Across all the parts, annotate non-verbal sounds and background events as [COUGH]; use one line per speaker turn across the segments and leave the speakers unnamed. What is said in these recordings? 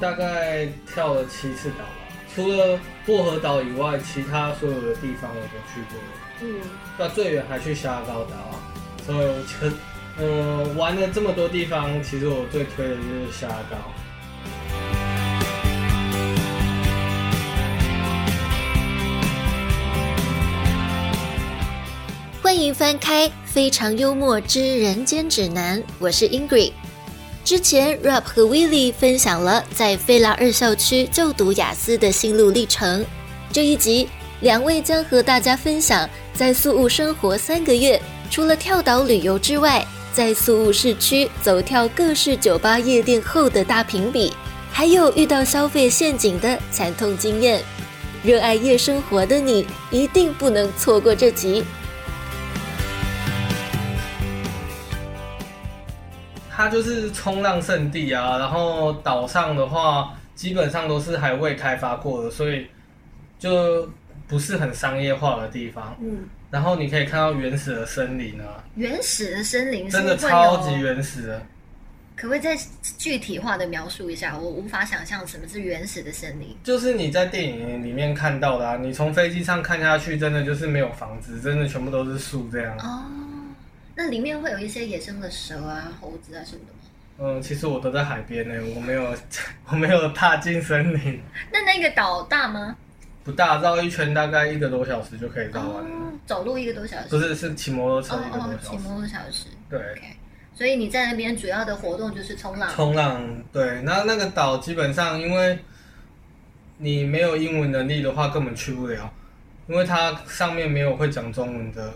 大概跳了七次岛吧，除了薄荷岛以外，其他所有的地方我都去过了。
嗯，
那最远还去虾高岛啊，所以我觉得，呃，玩了这么多地方，其实我最推的就是虾高。
欢迎翻开《非常幽默之人间指南》，我是 Ingrid。之前 Rap 和 Willy 分享了在菲拉二校区就读雅思的心路历程，这一集两位将和大家分享在宿务生活三个月，除了跳岛旅游之外，在宿务市区走跳各式酒吧夜店后的大评比，还有遇到消费陷阱的惨痛经验。热爱夜生活的你一定不能错过这集。
它就是冲浪圣地啊，然后岛上的话基本上都是还未开发过的，所以就不是很商业化的地方。
嗯，
然后你可以看到原始的森林啊，
原始的森林是
真的
会有
超级原始的。
可不可以再具体化的描述一下？我无法想象什么是原始的森林。
就是你在电影里面看到的、啊，你从飞机上看下去，真的就是没有房子，真的全部都是树这样。
哦，那里面会有一些野生的蛇啊、猴子啊什么的吗？
嗯，其实我都在海边呢、我没有， [LAUGHS] 我没有踏进森林，
那那个岛大吗？
不大，绕一圈大概一个多小时就可以绕完了。
哦，走路一个多小时。
啊不是，是骑摩托车
哦
一个多
哦，
小
骑
时。
摩托小时。
对，
OK，所以你在那边主要的活动就是冲浪。
冲浪，对，那那个岛基本上因为你没有英文能力的话，根本去不了，因为它上面没有会讲中文的，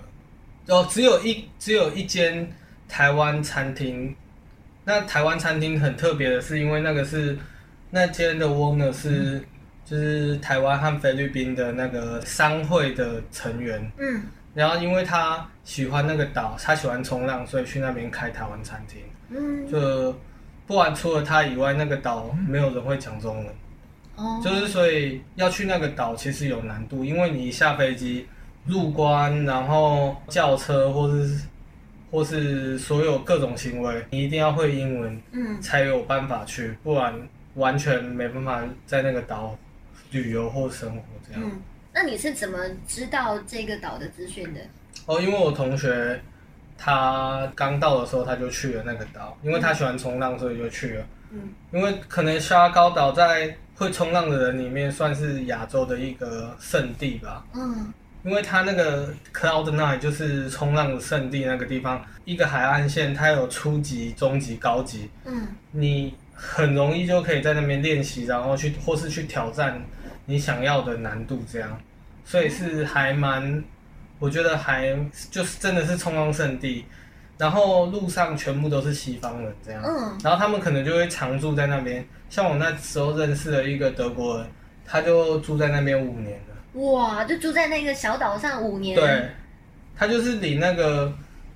哦，只有一只有一间台湾餐厅。那台湾餐厅很特别的是，因为那个是那间的 owner 是、就是台湾和菲律宾的那个商会的成员，
嗯，
然后因为他喜欢那个岛，他喜欢冲浪，所以去那边开台湾餐厅。
嗯，
就不然除了他以外，那个岛没有人会讲中文，
哦，
就是所以要去那个岛其实有难度，因为你一下飞机入关，然后轿车或是或是所有各种行为，你一定要会英文
嗯，
才有办法去，不然完全没办法在那个岛旅游或生活这样。
嗯，那你是怎么知道这个岛的资讯的？
哦，因为我同学他刚到的时候他就去了那个岛，因为他喜欢冲浪，所以就去了。
嗯，
因为可能沙高岛在会冲浪的人里面算是亚洲的一个圣地吧，
嗯，
因为它那个 Cloud Nine 就是冲浪的圣地那个地方，一个海岸线它有初级、中级、高级，
嗯，
你很容易就可以在那边练习，然后去或是去挑战你想要的难度这样，所以是还蛮，我觉得还就是真的是冲浪圣地，然后路上全部都是西方人这样，
嗯，
然后他们可能就会常住在那边。像我那时候认识了一个德国人，他就住在那边五年了。
哇，就住在那个小岛上五年。
对，他就是领那个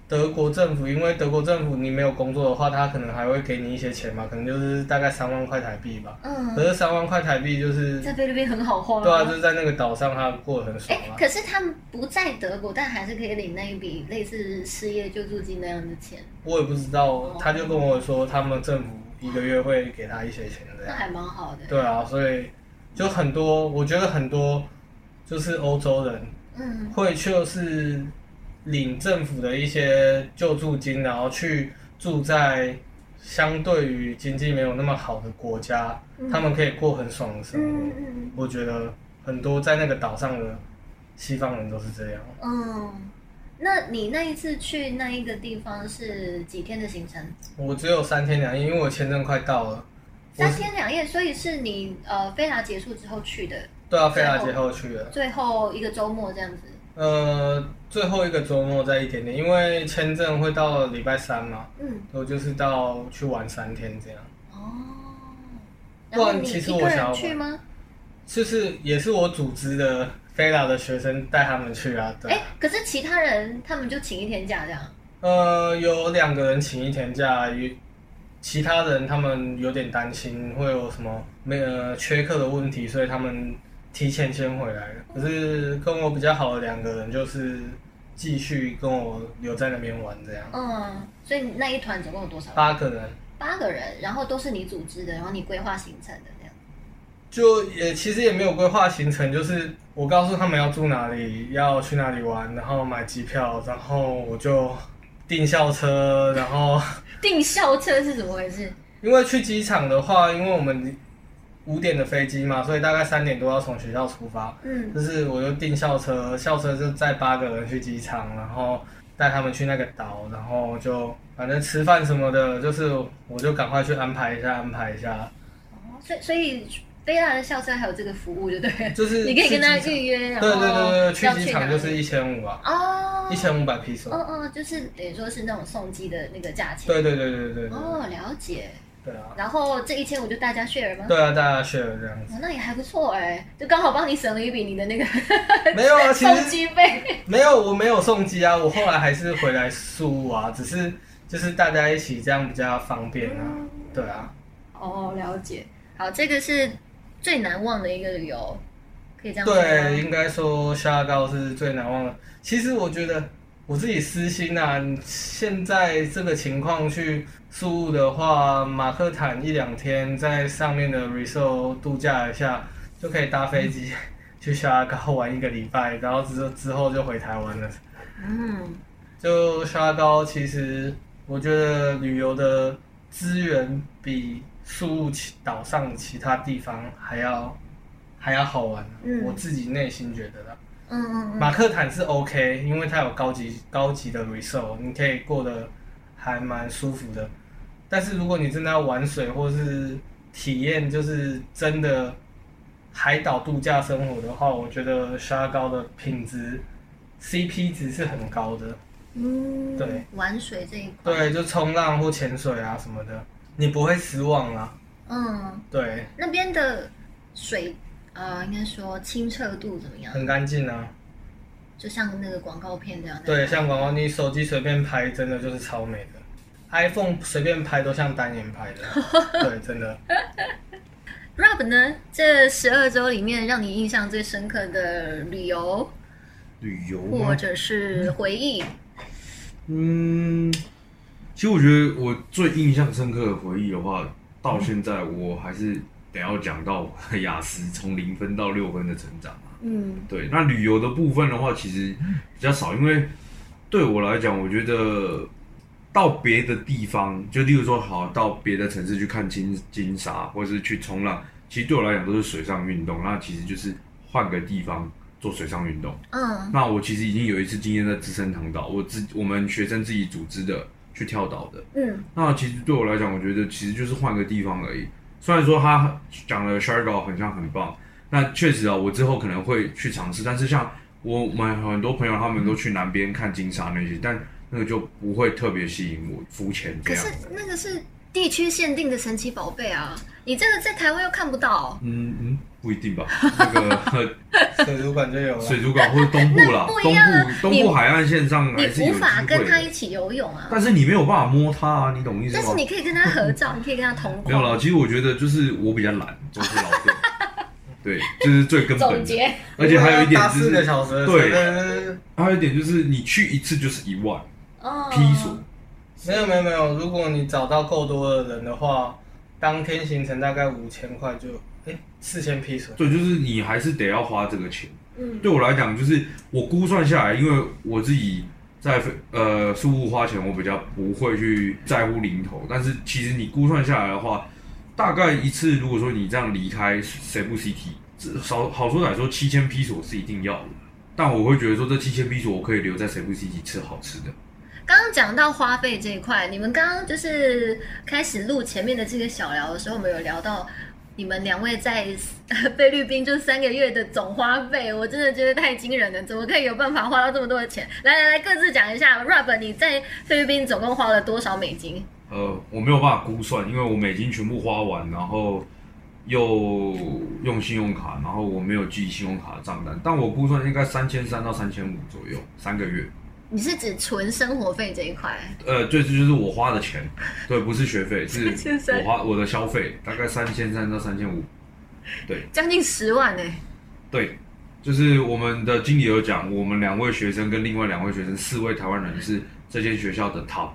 德国政府，因为德国政府你没有工作的话，他可能还会给你一些钱嘛，可能就是大概三万块台币吧。可
嗯，
是三万块台币就是，
在菲律宾很好花。
对啊，就是在那个岛上他过得很爽
哎
啊，。
可是他们不在德国，但还是可以领那一笔类似失业救助金那样的钱，
我也不知道，他就跟我说他们政府一个月会给他一些钱这
那
样。
还蛮好的。
对啊，所以就很多，我觉得很多就是欧洲人
嗯，
会就是领政府的一些救助金，然后去住在相对于经济没有那么好的国家，
嗯
他们可以过很爽的生活。
嗯嗯
我觉得很多在那个岛上的西方人都是这样。
嗯嗯。那你那一次去那一个地方是几天的行程？
我只有三天两夜，因为我签证快到了。我
三天两夜，所以是你呃飞达结束之后去的，
对啊，飞达节后去了。
最后一个周末这样子。
呃，最后一个周末再一点点，因为签证会到礼拜三嘛，
嗯，
我就是到去玩三天这样。
哦。然
不
后
然
你
其实
一
我
个
想要
人
玩
去吗？
就是也是我组织的菲拉的学生带他们去啊，对
哎、，可是其他人他们就请一天假这样。
呃，有两个人请一天假，有其他人他们有点担心会有什么没呃缺课的问题，所以他们提前先回来了。可是跟我比较好的两个人就是继续跟我留在那边玩这样，
嗯，所以那一团总共有多少人？
八个人，
八个人，然后都是你组织的，然后你规划行程的那样。
就也其实也没有规划行程，就是我告诉他们要住哪里，要去哪里玩，然后买机票，然后我就订校车，然后 [LAUGHS]
订校车是怎么回事？
因为去机场的话，因为我们五点的飞机嘛，所以大概三点多要从学校出发，
嗯
就是我就订校车，校车就载八个人去机场，然后带他们去那个岛，然后就反正吃饭什么的，就是我就赶快去安排一下，安排一下，
哦所以所以贝拉的校车还有这个服务，就对 [LAUGHS] 了。
就是
你可以跟他
去机
预约，然
场
后
对对对对，
要
去机
哪
场
里
就是一千五啊，
哦
一千五百 p
哦
e
哦，就是等于说是那种送机的那个价钱。
对对对对对对，
哦，了解。
对啊，
然后这一千五就大家 share 吗？
对啊，大家 share 这
[LAUGHS]
样子，
哦，那也还不错哎、就刚好帮你省了一笔你的那个
没有啊，其
送
实
机费。
[LAUGHS] 没有，我没有送机啊，我后来还是回来宿啊，只是就是大家一起这样比较方便啊，
嗯
对啊。
哦，了解。好，这个是最难忘的一个旅游，可以这样说
对，
吗？
应该说虾膏是最难忘的。其实我觉得我自己私心啊，你现在这个情况去宿务的话，马克坦一两天在上面的 resort 度假一下，就可以搭飞机去虾膏玩一个礼拜，然后之之后就回台湾了。
嗯，
就沙高，其实我觉得旅游的资源比宿务其岛上其他地方还要还要好玩、
嗯
我自己内心觉得啦。
嗯嗯嗯，
马克坦是 OK，因为它有高级高级的 resort，你可以过得还蛮舒服的。但是如果你真的要玩水或是体验，就是真的海岛度假生活的话，我觉得沙高的品质 CP 值是很高的。
嗯，
对，
玩水这一块，，
对，就冲浪或潜水啊什么的，你不会失望啦。
嗯，
对，
那边的水，呃，应该说清澈度怎么样？
很干净啊。
就像那个广告片这样。
对，像广告，你手机随便拍，真的就是超美的。iPhone 随便拍都像单眼拍的，对，真的。
Rob 呢，这十二周里面让你印象最深刻的旅游
旅游吗
或者是回忆，
嗯，其实我觉得我最印象深刻的回忆的话，到现在我还是得要讲到我的雅思从零分到六分的成长啊。
嗯
对，那旅游的部分的话，其实比较少，因为对我来讲，我觉得到别的地方，就例如说，好到别的城市去看金金沙，或者是去冲浪，其实对我来讲都是水上运动。那其实就是换个地方做水上运动。
嗯
那我其实已经有一次经验在资生堂岛，我自我们学生自己组织的去跳岛的。
嗯
那其实对我来讲，我觉得其实就是换个地方而已。虽然说他讲的 s h a r g o 很像很棒，那确实啊，我之后可能会去尝试。但是像我们很多朋友他们都去南边看金沙那些，但那个就不会特别吸引我，浮潜这
可
样
是
的。
那个是地区限定的神奇宝贝啊，你这个在台湾又看不到，
嗯嗯，不一定吧？那个呃
水族馆就有了
水。族馆或者东部啦，
[LAUGHS] 那不一
东
样啊
部东部海岸线上
你
还是有
无
机
法跟
会
他
的
一。起游泳啊，
但是你没有办法摸它啊，你懂意思吗？
但是你可以跟他合
[LAUGHS]
照，你可以跟他同
没有
框。
啦，其实我觉得就是我比较懒，总是劳
[LAUGHS]
顿，对，就是最根本
总
的。
结，
[LAUGHS] 而且还有一点
搭
就
四个
是，
小时，
对
对，
还有一点就是你去一次就是一万
哦，
批索，
没有没有没有，如果你找到够多的人的话，当天行程大概五千块就，哎，四千批
[LAUGHS]
水。
对，就是你还是得要花这个钱。
嗯
对我来讲，就是我估算下来，因为我自己在呃宿务花钱，我比较不会去在乎零头，但是其实你估算下来的话，大概一次如果说你这样离开谁不 CT，至少好说歹说七千 P 索是一定要的，但我会觉得说这七千 P 索我可以留在谁不 CT 吃好吃的。
刚刚讲到花费这一块，你们刚刚就是开始录前面的这个小聊的时候，我们有聊到你们两位在呃菲律宾就三个月的总花费，我真的觉得太惊人了，怎么可以有办法花到这么多的钱？来来来，各自讲一下，Rob，你在菲律宾总共花了多少美金？
呃，我没有办法估算，因为我美金全部花完，然后又用信用卡，然后我没有记信用卡的账单，但我估算应该三千三到三千五左右，三个月。
你是指纯生活费这一块？
呃，对，这就是我花的钱，对，不是学费，是
3300
我花我的消费，大概三千三到三千五。
将近十万呢、欸
对，就是我们的经理有讲，我们两位学生跟另外两位学生，四位台湾人是这间学校的 top，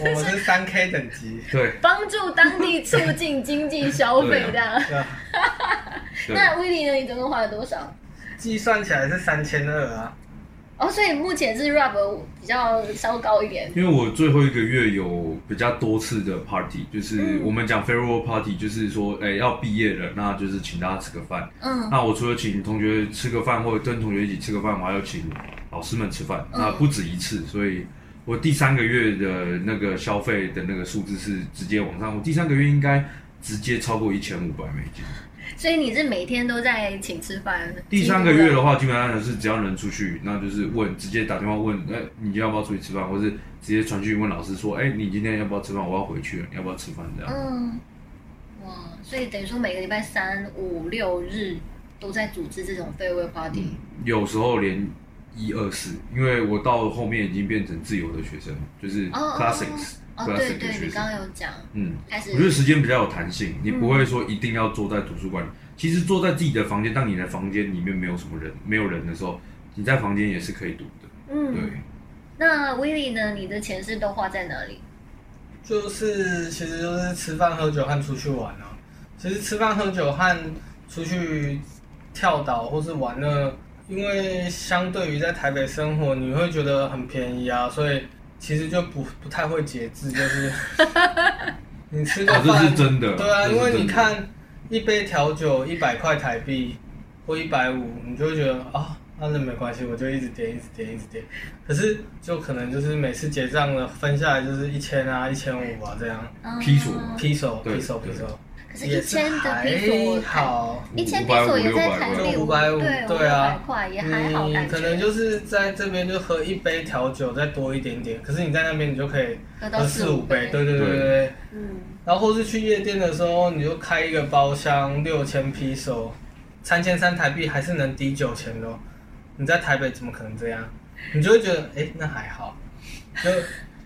我们是三 K 等级，
对
帮助当地促进经济消 [LAUGHS] 费这样。
对啊，
对，
那威利呢？你总共花了多少？
计算起来是三千二啊。
哦，所以目前是 rap 比较稍高一点。
因为我最后一个月有比较多次的 party，就是
嗯
我们讲 farewell party，就是说，哎、要毕业了，那就是请大家吃个饭。
嗯
那我除了请同学吃个饭，或者跟同学一起吃个饭，我还要请老师们吃饭，
嗯
那不止一次，所以我第三个月的那个消费的那个数字是直接往上，我第三个月应该直接超过一千五百美金。
所以你是每天都在请吃饭。
第三个月的话，基本上是只要能出去，那就是问，直接打电话问，哎、你要不要出去吃饭，或是直接传讯问老师说，哎、你今天要不要吃饭？我要回去了，你要不要吃饭？这样。
嗯，哇，所以等于说每个礼拜三、五、六日都在组织这种 farewell party。
有时候连一二四，因为我到后面已经变成自由的学生，就是
哦哦
classics
哦，对
classic 的
对，
学
你
生
刚。刚有讲，
嗯，
开始
我觉得时间比较有弹性，你不会说一定要坐在图书馆里。其实坐在自己的房间，当你的房间里面没有什么人、没有人的时候，你在房间也是可以读的。
嗯，
对，
那威利呢？你的钱是都花在哪里？
就是其实就是吃饭喝酒和出去玩啊。其实吃饭喝酒和出去跳岛或是玩呢，因为相对于在台北生活，你会觉得很便宜啊，所以其实就不不太会节制，就是你吃个
哦，这
饭
是，真的。
嗯对啊，
这是
因为
真
你
的
看一杯调酒一百块台币或一百五，你就会觉得啊，那、那没关系，我就一直点，一直点，一直点。可是就可能就是每次结账了分下来就是一千啊、一千五啊这样，
嗯
批索
劈手、
对
劈手、
对
劈手，
可是，
也
一
是
千的比索我
还
看
好。
一千比
500
索也在
500
台
500
币
就
五
550
对
对啊
500块也还好，
你
感
可能
觉
就是在这边就喝一杯调酒，再多一点点。可是你在那边你就可以
喝到
喝呃四
五
五杯，对
对，
对对对对。
嗯，
然后或是去夜店的时候，你就开一个包厢，六千披手，三千三台币还是能抵九千的哦、你在台北怎么可能这样？你就会觉得，哎、那还好，就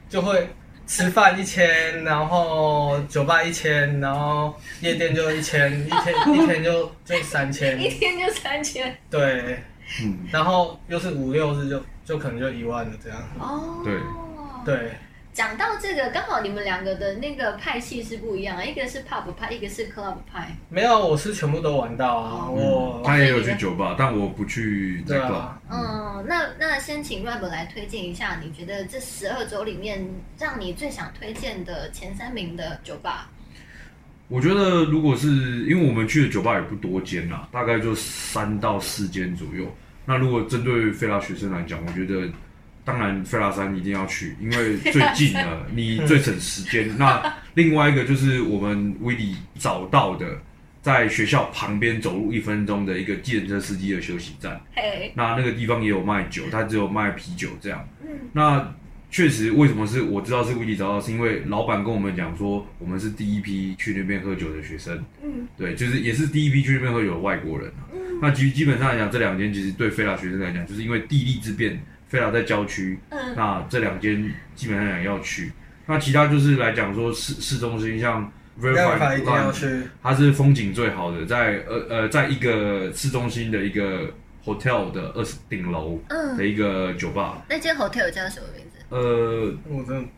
就会吃饭一千，然后酒吧一千，然后夜店就一千，一天一天就就三千，
[LAUGHS] 一天就三千
对，
嗯，
然后又是五六日就就可能就一万了这样，
哦。
对
对，
讲到这个，刚好你们两个的那个派系是不一样，啊一个是 pub 派，一个是 club 派。
没有，我是全部都玩到啊，
哦
嗯
我
他也有去酒吧，但我不去
对
nightclub。
啊。
嗯，那那先请 Rob 来推荐一下，你觉得这十二周里面让你最想推荐的前三名的酒吧？
我觉得如果是因为我们去的酒吧也不多间啦，大概就三到四间左右。那如果针对菲拉学生来讲，我觉得当然菲拉山一定要去，因为最近了，你最省时间。那另外一个就是我们威利找到的，在学校旁边走路一分钟的一个计程车司机的休息站。
嘿，
那那个地方也有卖酒，它只有卖啤酒这样。
嗯
那确实，为什么是我知道是威利找到，是因为老板跟我们讲说，我们是第一批去那边喝酒的学生，
嗯
对，就是也是第一批去那边喝酒的外国人啊。那基基本上来讲，这两间其实对菲拉学生来讲，就是因为地利之便，菲拉在郊区，
嗯
那这两间基本上来讲要去。那其他就是来讲说市市中心像 Riverfront
没办法，一定要去。
它是风景最好的，在呃呃，在一个市中心的一个 hotel 的二十顶楼的
嗯，
一个酒吧，
那间 hotel 叫什么名字？
呃
我真的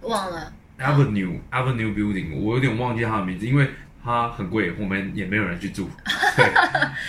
忘了。
，Avenue Avenue Building，我有点忘记它的名字，因为它很贵，我们也没有人去住，对，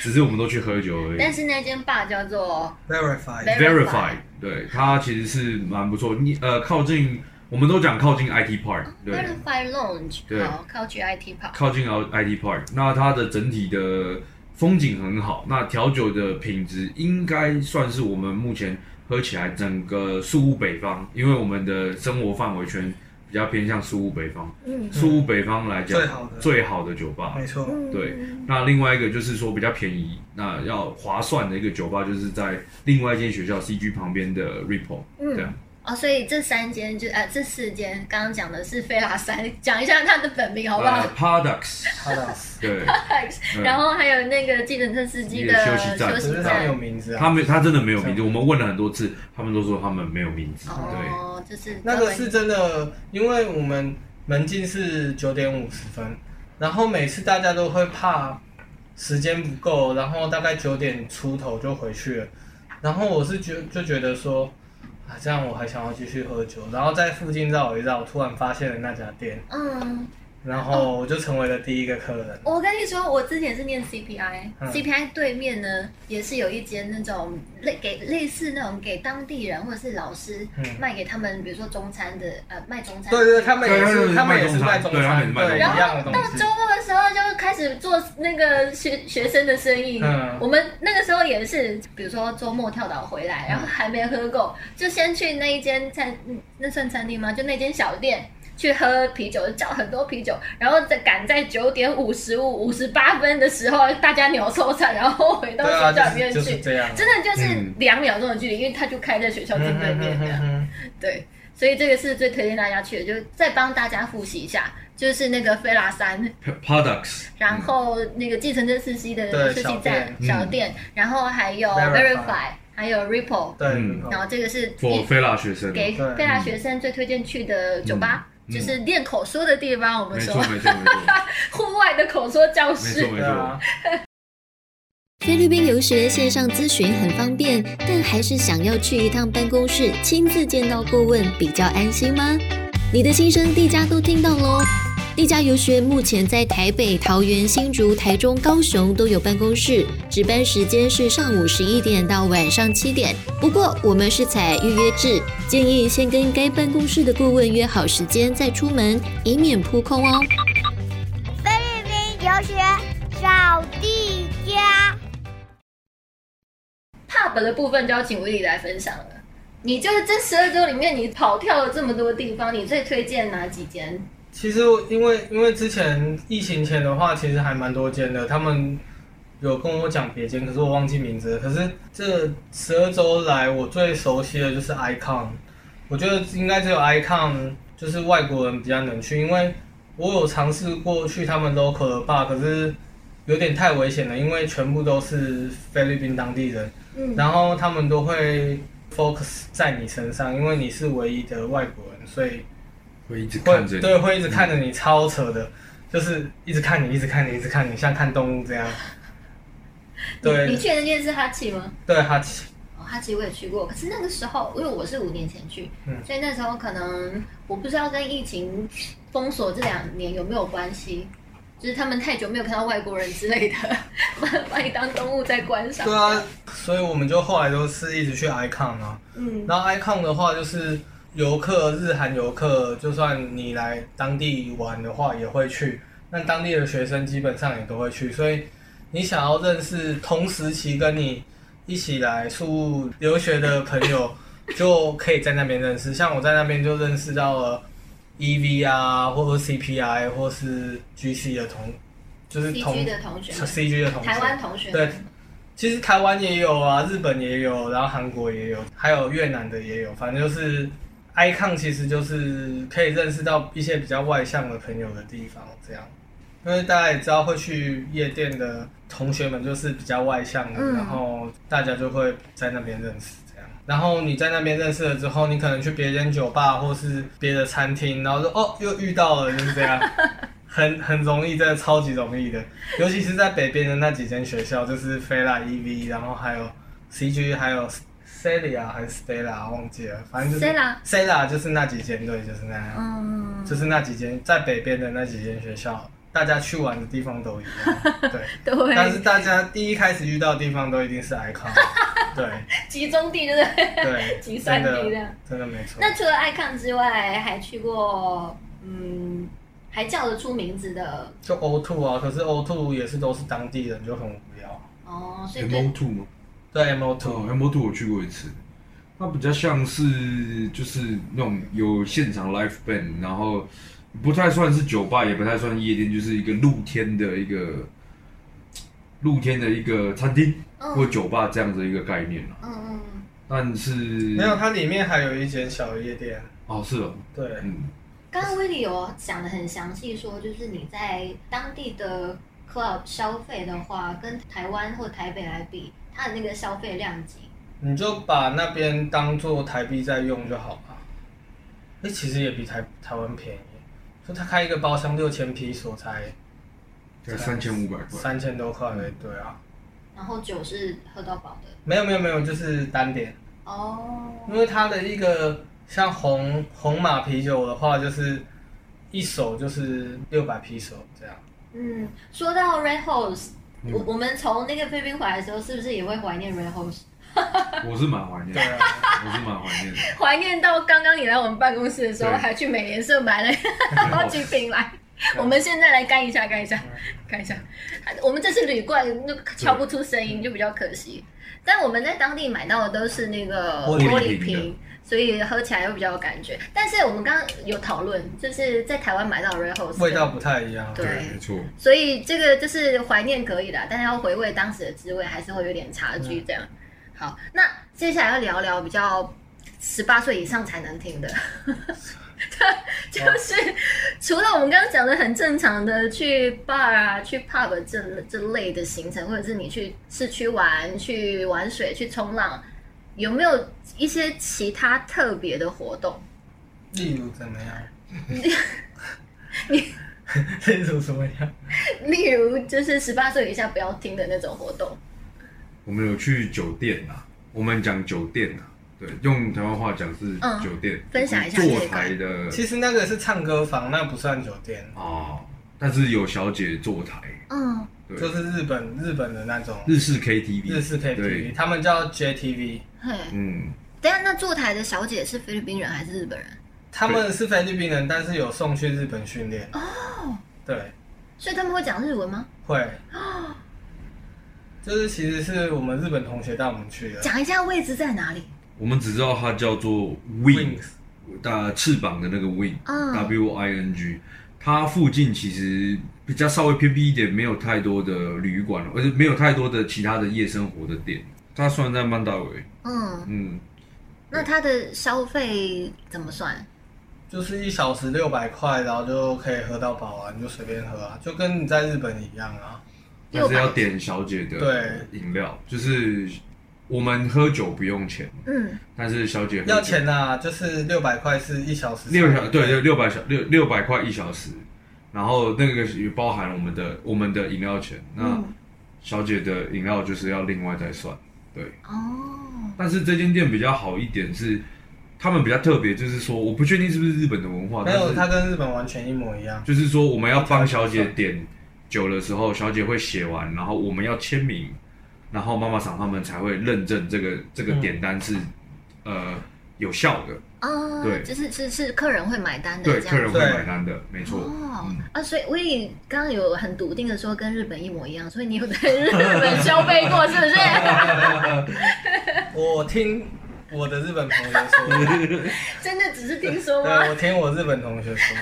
只是我们都去喝酒而已
但。是那间 bar 叫做
verify，
没 Verify
Verify，对，它其实是蛮不错，你呃靠近，我们都讲靠近 IT Park，对。
Butterfly Lounge，
对
好，靠去 IT Park。
靠近 IT Park，那它的整体的风景很好，那调酒的品质应该算是我们目前喝起来整个苏屋北方，因为我们的生活范围圈比较偏向苏屋北方，
嗯
苏屋北方来讲
最好的
最好的酒吧
没。错，
嗯
对，那另外一个就是说比较便宜，那要划算的一个酒吧，就是在另外一间学校 CG 旁边的 Ripple，
嗯
这样。
哦，所以这三间就呃这四间，刚刚讲的是菲拉山，讲一下它的本名好不好？
呃 p a d o c k s
他的
[LAUGHS]
对，嗯
然后还有那个计程车司机的
一个休息站
休
只
息
是他
站
没有名字
他
啊。
没，他真的没有名字。我们问了很多次，他们都说他们没有名字。对，
哦，就是
那个是真的，因为我们门禁是九点五十分，然后每次大家都会怕时间不够，然后大概九点出头就回去了。然后我是觉就觉得说，啊，这样我还想要继续喝酒，然后在附近绕一绕，突然发现了那家店，
嗯，
然后我就成为了第一个客人。
我跟你说，我之前是念 CPI，CPI、
嗯
CPI 对面呢也是有一间那种类给类似那种给当地人或者是老师
嗯
卖给他们，比如说中餐的呃卖中餐，
对对，他们也
对
是，
对
他们也是卖
卖
中餐，
中餐对他
对，
们也是卖中餐
一样
然
的
后
东
到
西
周。末的时候就开始做那个学学生的生意。
嗯
我们那个时候也是，比如说周末跳岛回来，然后还没喝够，就先去那一间餐，嗯那算餐厅吗？就那间小店。去喝啤酒，叫很多啤酒，然后再赶在九点五十五、五十八分的时候，大家牛抽惨，然后回到
对啊，
学
就
校里
是
面
就是
去，
这样。
真的就是
嗯
两秒钟的距离，因为他就开在学校正对面这样。
嗯
对，所以这个是最推荐大家去的，就是再帮大家复习一下，就是那个菲拉山，
Products，
然后那个计程车司机的
对
设计
小
站
店
小
嗯
店，然后还有
Verify
Verify，还有 Ripple，
对，
嗯
然后这个是
for
一
菲拉学生，
给
没
对
菲拉学生最推荐去的酒吧。
嗯
就是练口说的地方，我们
错
说
没错没
[LAUGHS]
错
户外的口说教
没
室
错，没
对
错
啊，，
菲律宾留学线上咨询很方便，但还是想要去一趟办公室亲自见到顾问比较安心吗？你的心声，地家都听到喽。地家游学目前在台北、桃园、新竹、台中、高雄都有办公室，值班时间是上午十一点到晚上七点。不过我们是采预约制，建议先跟该办公室的顾问约好时间再出门，以免扑空哦。
菲律宾留学找地家。
pub 的部分就要请 w i 来分享了。你就是这十二周里面，你跑跳了这么多地方，你最推荐哪几间？
其实我因为因为之前疫情前的话，其实还蛮多间的，他们有跟我讲别间，可是我忘记名字了。可是这十二周来，我最熟悉的就是 Icon，我觉得应该只有 Icon 就是外国人比较能去，因为我有尝试过去他们 local 的 bar，可是有点太危险了，因为全部都是菲律宾当地人，
嗯
然后他们都会 focus 在你身上，因为你是唯一的外国人，所以。
会一直
会
看着你，
对，会一直看着你，超扯的，就是一直看你，一直看你，一直看你，像看动物这样。
你你
对
去的那间是哈奇吗？
对，哈奇，
哦，哈奇我也去过，可是那个时候，因为我是五年前去，
嗯
所以那时候可能我不知道跟疫情封锁这两年有没有关系，就是他们太久没有看到外国人之类的， [LAUGHS] 把把你当动物在观赏。
对啊，所以我们就后来都是一直去 Icon 啊。
嗯，
然后 Icon 的话就是游客，日韩游客，就算你来当地玩的话也会去，那当地的学生基本上也都会去，所以你想要认识同时期跟你一起来宿务留学的朋友，就可以在那边认识。像我在那边就认识到了 EV 啊，或者 CPI 或是 GC 的同，就是同
CG 的同学们
CG 的同学，
台湾同学
对
们，
其实台湾也有啊，日本也有，然后韩国也有，还有越南的也有，反正就是 icon 其实就是可以认识到一些比较外向的朋友的地方，这样。因为大家也知道，会去夜店的同学们就是比较外向的，
嗯
然后大家就会在那边认识这样。然后你在那边认识了之后，你可能去别间酒吧或是别的餐厅，然后说哦又遇到了，就是这样，很很容易，真的超级容易的。尤其是在北边的那几间学校，就是菲拉 EV，然后还有 CG，还有 Celia 还是 Stella 忘记了，反正就是
Stella
Stella 就是那几间，对，就是那样。
嗯，
就是那几间在北边的那几间学校，大家去玩的地方都一
[LAUGHS]
样，对。
对，
但是大家第一开始遇到的地方都一定是 icon，对
[LAUGHS] 集中地对不对？ [LAUGHS]
对，
集散
真
地
的
这样
真的没错。
那除了爱看之外，还去过嗯，还叫得出名字的
就 O two 啊，可是 O two 也是都是当地人，就很无聊。
哦，所以
M
对
O Two 吗？
对 M O
哦
two，
，M O Two 我去过一次，它比较像是就是那种有现场 live band，然后不太算是酒吧，也不太算夜店，就是一个露天的一个露天的一个餐厅或
嗯
酒吧这样子一个概念啊。
嗯嗯，
但是没
没有，它里面还有一间小夜店，
哦，是哦，
对，
嗯，
刚刚威利有讲的很详细，说就是你在当地的 club 消费的话，跟台湾或台北来比，它的那个消费量级，
你就把那边当做台币在用就好了。哎、其实也比台台湾便宜，就他开一个包厢六千披索才
才三千五百块，
三千多块，对啊。
然后酒是喝到饱的。
没有没有没有，就是单点，
哦，
因为它的一个像红红马啤酒的话，就是一手就是六百啤手这样。
嗯，说到 Red Horse，、我我们从那个菲律宾回来的时候，是不是也会怀念 Red Horse？
我是蛮怀念
对
的，
啊，
我是蛮怀念的。
[LAUGHS] 怀念到刚刚你来我们办公室的时候，
对
还去美联社买了 [LAUGHS] 好几瓶来。
对
我们现在来干一下，干一下，干一下。我们这次铝罐那个敲不出声音，就比较可惜。但我们在当地买到的都是那个
玻
玻
璃
璃
瓶的
瓶，所以喝起来会比较有感觉。但是我们刚刚有讨论，就是在台湾买到的 Red Horse
味道不太一样。
对
没错，
所以这个就是怀念可以啦，但是要回味当时的滋味，还是会有点差距这样。好，那接下来要聊聊比较十八岁以上才能听的，对，就是 [LAUGHS] 除了我们刚刚讲的很正常的去 bar 啊、去 pub 这这类的行程，或者是你去市区玩、去玩水、去冲浪，有没有一些其他特别的活动？
例如怎么样？你 [LAUGHS] 例如怎么样？
例如就是十八岁以下不要听的那种活动。
我们有去酒店啊，我们讲酒店啊，对，用台湾话讲是
嗯
酒店，
分享一下
坐
这一块
台的
其实那个是唱歌房，那不算酒店，
哦，但是有小姐坐台，
嗯，
对，
就是日本日本的那种
日式 KTV，
日式 KTV，
对，
他们叫 JTV，
嘿。
嗯，
等一下，那坐台的小姐是菲律宾人还是日本人？
他们是菲律宾人，但是有送去日本训练。哦，对，
所以他们会讲日文吗？
会。就是其实是我们日本同学带我们去的
讲一下位置在哪里？
我们只知道它叫做 wing，
，Wings，
大翅膀的那个 wing，W、
嗯
W I N G，它附近其实比较稍微偏僻一点，没有太多的旅馆，而且没有太多的其他的夜生活的店。它算在曼大维，
嗯，
嗯，
那它的消费怎么算？
就是一小时六百块，然后就可以喝到饱啊，你就随便喝啊，就跟你在日本一样啊。
但是要
600
点小姐的
对
饮料，就是我们喝酒不用钱，
嗯，
但是小姐喝酒
要钱啊，就是六百块是一小时，
六小对六六百小六六百块一小时，然后那个也包含我们的我们的饮料钱，那
嗯
小姐的饮料就是要另外再算，对。
哦，
但是这间店比较好一点是，他们比较特别，就是说我不确定是不是日本的文化，
没有，它
但是
跟日本完全一模一样。
就是说我们要帮小姐点酒的时候，小姐会写完，然后我们要签名，然后妈妈桑他们才会认证这个这个
嗯
点单是、呃有效的，
哦，
对
就是是是客人会买单的，
对
这样
客人会
对
买单的，没错。
哦
嗯
啊，所以我也刚刚有很笃定的说跟日本一模一样，所以你有在日本消费过是不是？
我听我的日本同学说，
真的只是听说
对
吗？
我听我日本同学
[LAUGHS]
说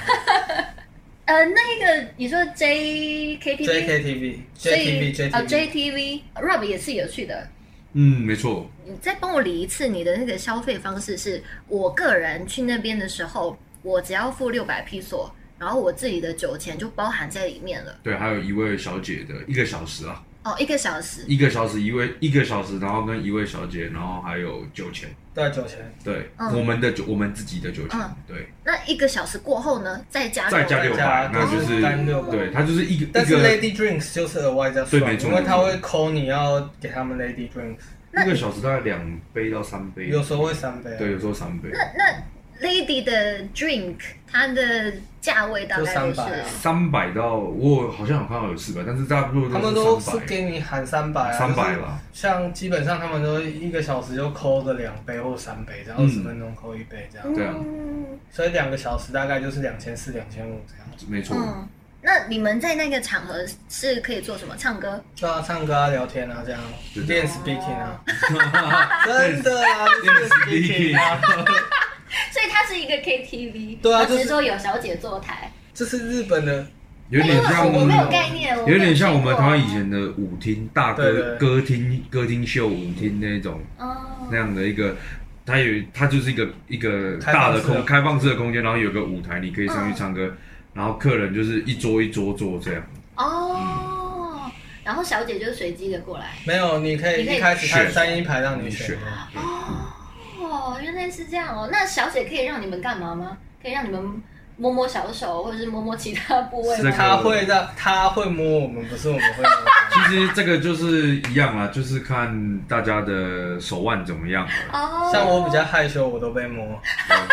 呃，那个你说 J K T V，
，JKTV
所以
JTV
啊 J
JTV，
T V Rob 也是有去的，
嗯，没错，
你再帮我理一次你的那个消费方式是，我个人去那边的时候，我只要付六百披索，然后我自己的酒钱就包含在里面了。
对，还有一位小姐的一个小时啊，
哦，一个小时，
一个小时一位一个小时，然后跟一位小姐，然后还有酒钱，
对啊九千，
对，
嗯
我们的酒，我们自己的酒钱，
嗯
对，
那一个小时过后呢，再加
再加
六
六
百
百，那就
再
是
加600
对，它就是一个
但
一
是
个
Lady Drinks 就是额外再
对
算，
没错
因为他
没错
会扣你要给他们 Lady Drinks，
一个小时大概两杯到三杯，
有时候会三杯啊，
对，有时候三杯，
Lady 的 drink，它的价位大概都
就300
是
啊
三百到我好像有看到有四百，但是大部分
他们都
是
是
三百，
给你喊三百啊，
三百
就是
吧
像基本上他们都一个小时就扣个两杯或三杯，然后
嗯
二十分钟扣一杯这样，
对啊，
嗯
所以两个小时大概就是两千四、两千五这样。
没错，
嗯。那你们在那个场合是可以做什么？唱歌？
就要唱歌啊、聊天啊这样，
对
练 speaking 啊， [LAUGHS] 真的啊，练
哦 speaking
speaking 啊，
所以它是一个 KTV，
对啊
然后只
就是是
说有小姐坐台。哎
这是日本的，
有点像
我我没有概念，我没
有点像我
去
们
过
台湾以前的舞厅大
对
歌
对
歌厅歌厅秀舞厅那种。
哦
那样的一个，它有它就是一个一个大的空开放式的空间，然后有个舞台，你可以上去唱歌，然后客人就是一桌一桌坐这样，
哦，然后小姐就随机的过来。
没有，你可以
你可以
一开始
选
他三一排让你选
选，
哦，原来是这样哦。那小姐可以让你们干嘛吗？可以让你们摸摸小手，或者是摸摸其他部位
这
吗？
个
他会让他会摸我们，不是我们会摸他
其实这个就是一样啦，就是看大家的手腕怎么样。
[LAUGHS] 哦，
像我比较害羞，我都被摸。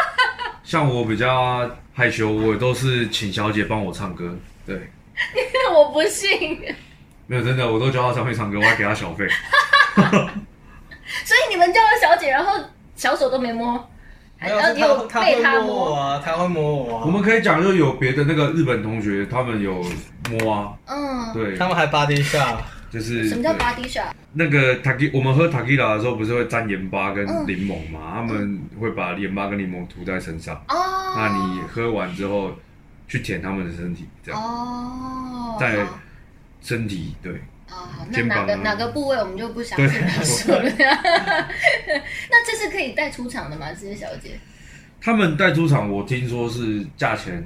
[LAUGHS] 像我比较害羞，我都是请小姐帮我唱歌。对，
我不信，
没有真的，我都教她上去唱歌，我还给她小费。
所以你们叫了小姐，然后小手都没摸，还
没有，
要
是
你有
他
被
他会摸我
摸，
啊，他会摸我
哦
啊。
我们可以讲，就有别的那个日本同学，他们有摸啊，
嗯，
对，
他们还扒地下，
就是
什么叫
对
body shot？
那个 taki，我们喝 takila 的时候不是会沾盐巴跟
嗯
柠檬嘛？他们会把盐巴跟柠檬涂在身上，
哦，
那你喝完之后去舔他们的身体，这样
哦，
在
好
身体对，
哦，好，那
肩
哪
膀
个
啊
哪个部位我们就不详
对
细描述了。 [LAUGHS] 那这是可以带出场的吗？这些小姐？
他们带出场，我听说是价钱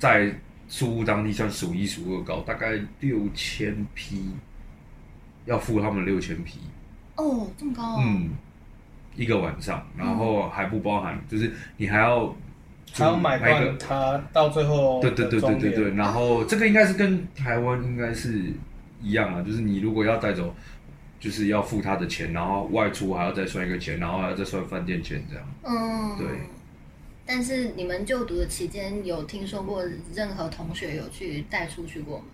在苏屋当地算数一数二高，大概六千匹，要付他们六千匹，
哦，这么
啊
高、哦，
嗯，一个晚上，然后还不包含，就是你还要
还要买
买一个
断他到最后
对对对对对对，
对，
然后这个应该是跟台湾应该是一样啊，就是你如果要带走，就是要付他的钱，然后外出还要再算一个钱，然后还要再算饭店钱这样。
嗯，
对。
但是你们就读的期间，有听说过任何同学有去带出去过吗？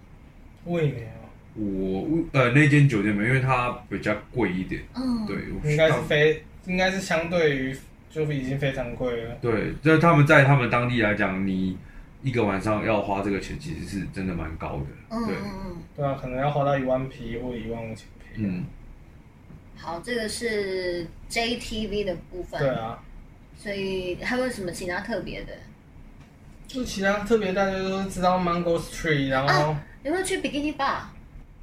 未免哦
我呃那间酒店没有，因为它比较贵一点，
嗯，
对，我
应该是
当
非应该是相对于就已经非常贵了。
对，就是他们在他们当地来讲，你一个晚上要花这个钱，其实是真的蛮高的。
嗯
对
嗯，嗯。
对啊，可能要花到一万匹或一万五千匹。
嗯，
好，这个是 JTV 的部分。
对。啊，
所以还有什么其他特别的？
就其他特别大家都知道 Mango Street，然后
啊有没有去 Bikini Bar？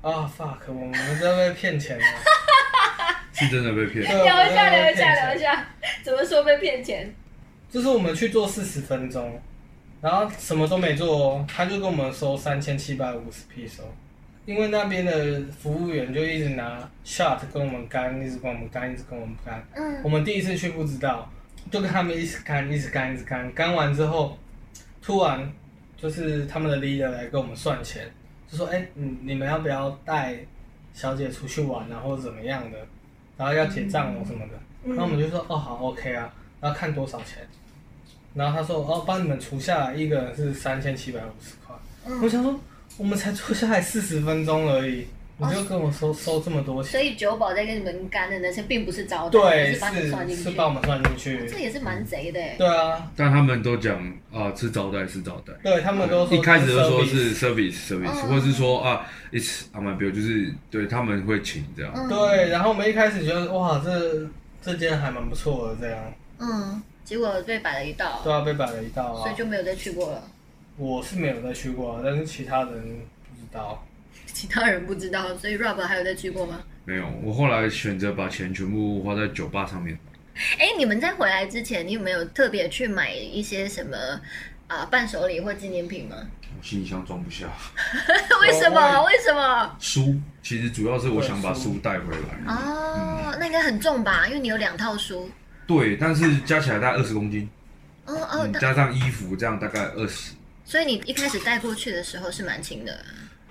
啊 fuck，我们在被骗钱
[LAUGHS]
了。
是真的被骗。
对
聊一下，聊一下，。
我们在
聊
被骗
一
钱
下，怎么说被骗钱？
就是我们去做四十分钟，然后什么都没做哦，他就跟我们收三千七百五十 p 收，因为那边的服务员就一直拿 shot 跟我们干，一直跟我们干，一直跟我们干。
嗯
我们第一次去不知道，就跟他们一直干，一直干，一直干。干完之后，突然就是他们的 leader 来跟我们算钱，就说：“哎、嗯，你们要不要带小姐出去玩啊，或者怎么样的？然后要结账哦什么的。
嗯
然后我们就说：“哦，好，OK 啊。”然后看多少钱。然后他说：“哦，帮你们除下来，一个人是三千七百五十块。”
嗯
我想说，我们才坐下来四十分钟而已，你就跟我收收这么多钱
哦所？以酒保在跟你们干的那些，并不是招待，而
对，
是把你算
是
进去。
是把我们算进
这
去。
也是蛮贼的欸。
对啊，
但他们都讲啊，吃招待，吃招待。
对他们都说
嗯一开始就说是
service
service service，
嗯
或是说啊，it's on my bill，就是对他们会请这
嗯
样。
对，然后我们一开始觉得哇，这这间还蛮不错的，这样
嗯，结果被摆了一道，
对啊，被摆了一道
所
啊
以。就没有再去过了。 [LAUGHS]
我是没有再去过啊，但是其他人不知道。
其他人不知道，所以 Rob 还有再去过吗？
没有，我后来选择把钱全部花在酒吧上面。
哎，你们在回来之前，你有没有特别去买一些什么啊、伴手礼或纪念品吗？ [LAUGHS]
我行李箱装不下
为什么？
啊
我
为什么？
书，其实主要是我想把
对书
书带回来。嗯
哦，那应该很重吧？因为你有两套书。
对，但是加起来大概二十公斤，
哦哦，
嗯，
那
加上衣服这样大概二十。
所以你一开始带过去的时候是蛮轻的，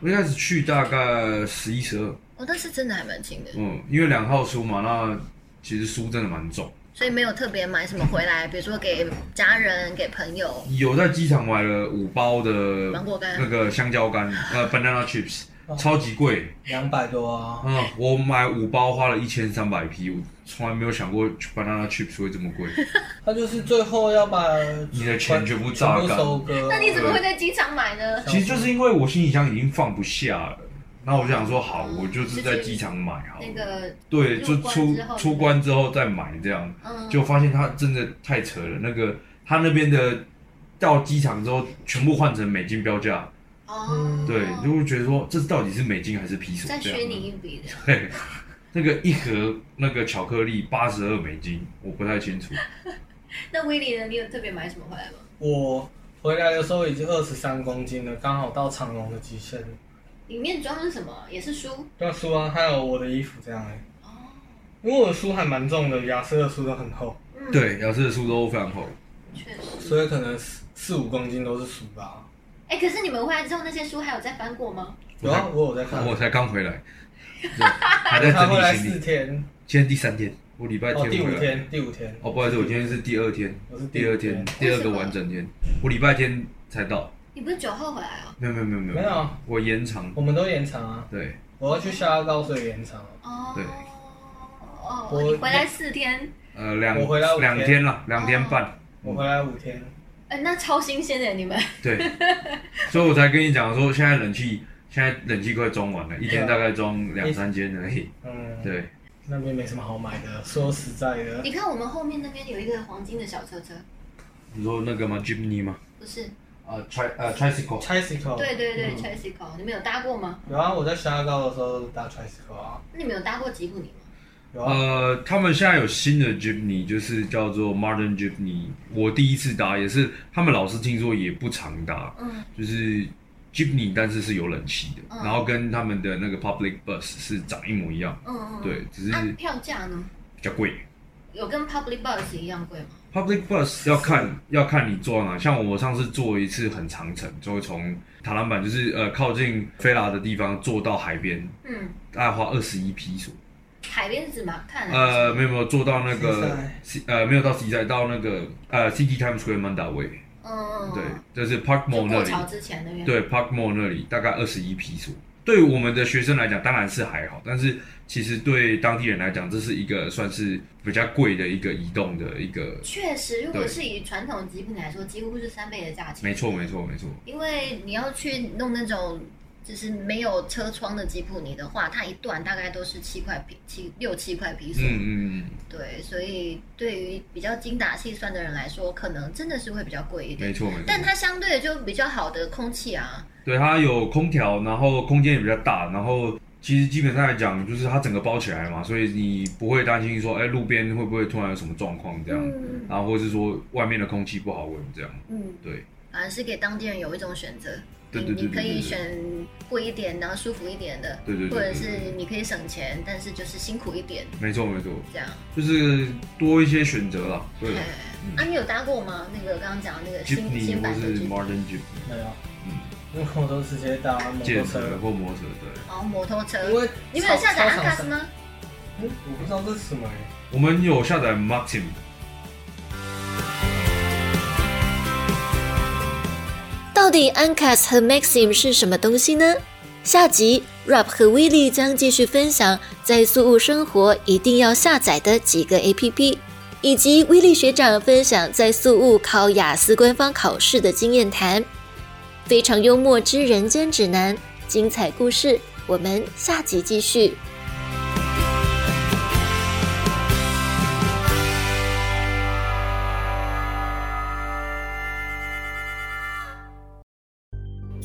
我一开始去大概十一十二，
哦，但是真的还蛮轻的，
嗯，因为两套书嘛，那其实书真的蛮重。
所以没有特别买什么回来，比如说给家人、给朋友。
有在机场买了五包的
芒果干哦
那个香蕉干，呃
[LAUGHS]
，banana chips，超级贵。
两百多啊，
嗯，我买五包花了一千三百匹，我从来没有想过 banana chips 会
[LAUGHS]
这么贵。
他就是最后要把
你的钱全部榨干
全部收割啊。
那你怎么会在机场买呢？
其实就是因为我行李箱已经放不下了，那我就想说，好，我就是在机场买好了。
那个，
对，
入
就
关
出
之后
出关之后再买这样，
嗯，
就发现它真的太扯了。那个他那边的到机场之后，全部换成美金标价，
哦，
对，就会觉得说这到底是美金还是皮索
再
这
削
样
你
[LAUGHS] 呢？
一笔的。
对，那个一盒那个巧克力八十二美金，我不太清楚。
[LAUGHS] 那威利呢？你有特别买什么回来吗？
我回来的时候已经二十三公斤了，刚好到长龙的极限。
里面装的什么？也是书
那书啊，还有我的衣服这样、欸，
哦，
因为我的书还蛮重的，雅思的书都很厚，
嗯，，
对，雅诗的书都非常厚。
确实。
所以可能四四五公斤都是书吧。
哎，可是你们回来之后那些书还有再翻过吗？
有啊，我有在看。
我才刚
[LAUGHS]
回来，对还在
他
整
回来
理行
四
李。
天，
今天第三天，我礼拜
哦，
天
第
回
五
来。
天，第五天。
哦，不好意思，我今天是第二天
我是，第
第
五
二
天
天，第二个
为什么
完整天。我礼拜天才到，
你不是九号回来哦？
没有没有没有没有，
没有啊，
我延长。
我们都延长啊，
对，
我要去下阿高，所以延长啊。
哦，
对
哦，
我
你回来四天，
呃，两
我回来五天哦
两天了，两天半。
我回来五天，
哎，那超新鲜的你们。 [LAUGHS]
[LAUGHS]
对，所以我才跟你讲说，现在冷气现在冷气快装完了，一天大概装两三间而已。
啊嗯，
对，
那边没什么好买的。说实在的，
你看我们后面那边有一个黄金的小车车，
你说那个吗？Jimny 吗？
不是？
啊，tri 呃 tricycle。
tricycle，
对对
嗯
对 t r i c y c l e 你们有搭过吗？
有啊，我在下阿高的时候搭 tricycle 啊，
那你们有搭过吉普尼吗？
有啊，
呃，他们现在有新的 Jimny，就是叫做 Modern Jimny。我第一次搭，也是他们老师听说也不常搭，
嗯，
就是 Jimny，但是是有冷气的，
嗯
然后跟他们的那个 Public Bus 是长一模一样，
嗯嗯。
对，只是
啊，票价呢？
比较贵。
有跟 Public Bus 一样贵吗？
Public bus 要看要看你坐哪，像我上次坐一次很长程，就会从塔兰板就是呃靠近菲拉的地方坐到海边，
嗯，
大概花二十一披索。
海边是指马看
呃，没有没有坐到那个
Seaside
呃没有到 C 站，到那个呃 City Times Square Manda Way，
嗯嗯，嗯
对，，就是 Park
就
Mall 那
过桥
里，
之前那边。
对 Park Mall 那里大概二十一披索。对我们的学生来讲，当然是还好，但是其实对当地人来讲，这是一个算是比较贵的一个移动的一个，
确实，如果
对
是以传统吉普尼来说，几乎是三倍的价钱。
没错没错没错，
因为你要去弄那种就是没有车窗的吉普尼的话，它一段大概都是七块皮七六七块皮索。
嗯嗯嗯。
对，所以对于比较精打细算的人来说，可能真的是会比较贵一
没
点。
错没错，
但它相对的就比较好的空气啊，
对它有空调，然后空间也比较大，然后其实基本上来讲，就是它整个包起来嘛，所以你不会担心说，哎，路边会不会突然有什么状况这样，
嗯
然后或是说外面的空气不好闻这样，
嗯，
对
反而是给当地人有一种选择。
对
你
对对
你可
对对
以
对
选贵一点，然后舒服一点的，
对对对对
或者
对
是
对
你可以省钱，但是就是辛苦一点
没错没错，
这样。
就是多一些选择啦，对嗯
哎啊，你有搭过吗？那个刚刚讲的那个新
，Jeepney
新
或
版的
是
Jeep
Modern Jeep，
没有，
嗯，
因为我都直接搭摩
借
托
车
车，
或摩托车，对，
然后哦摩托车，
因为
你们有下载
超
Agas？吗？
超嗯我不知道这是什么欸
我们有下载 Maxim，
到底 Uncas 和 Maxim 是什么东西呢？下集 Rap 和 w i l l y 将继续分享在宿务生活一定要下载的几个 APP，以及 w i l l y 学长分享在宿务考雅思官方考试的经验谈。非常幽默之人间指南，精彩故事，我们下集继续。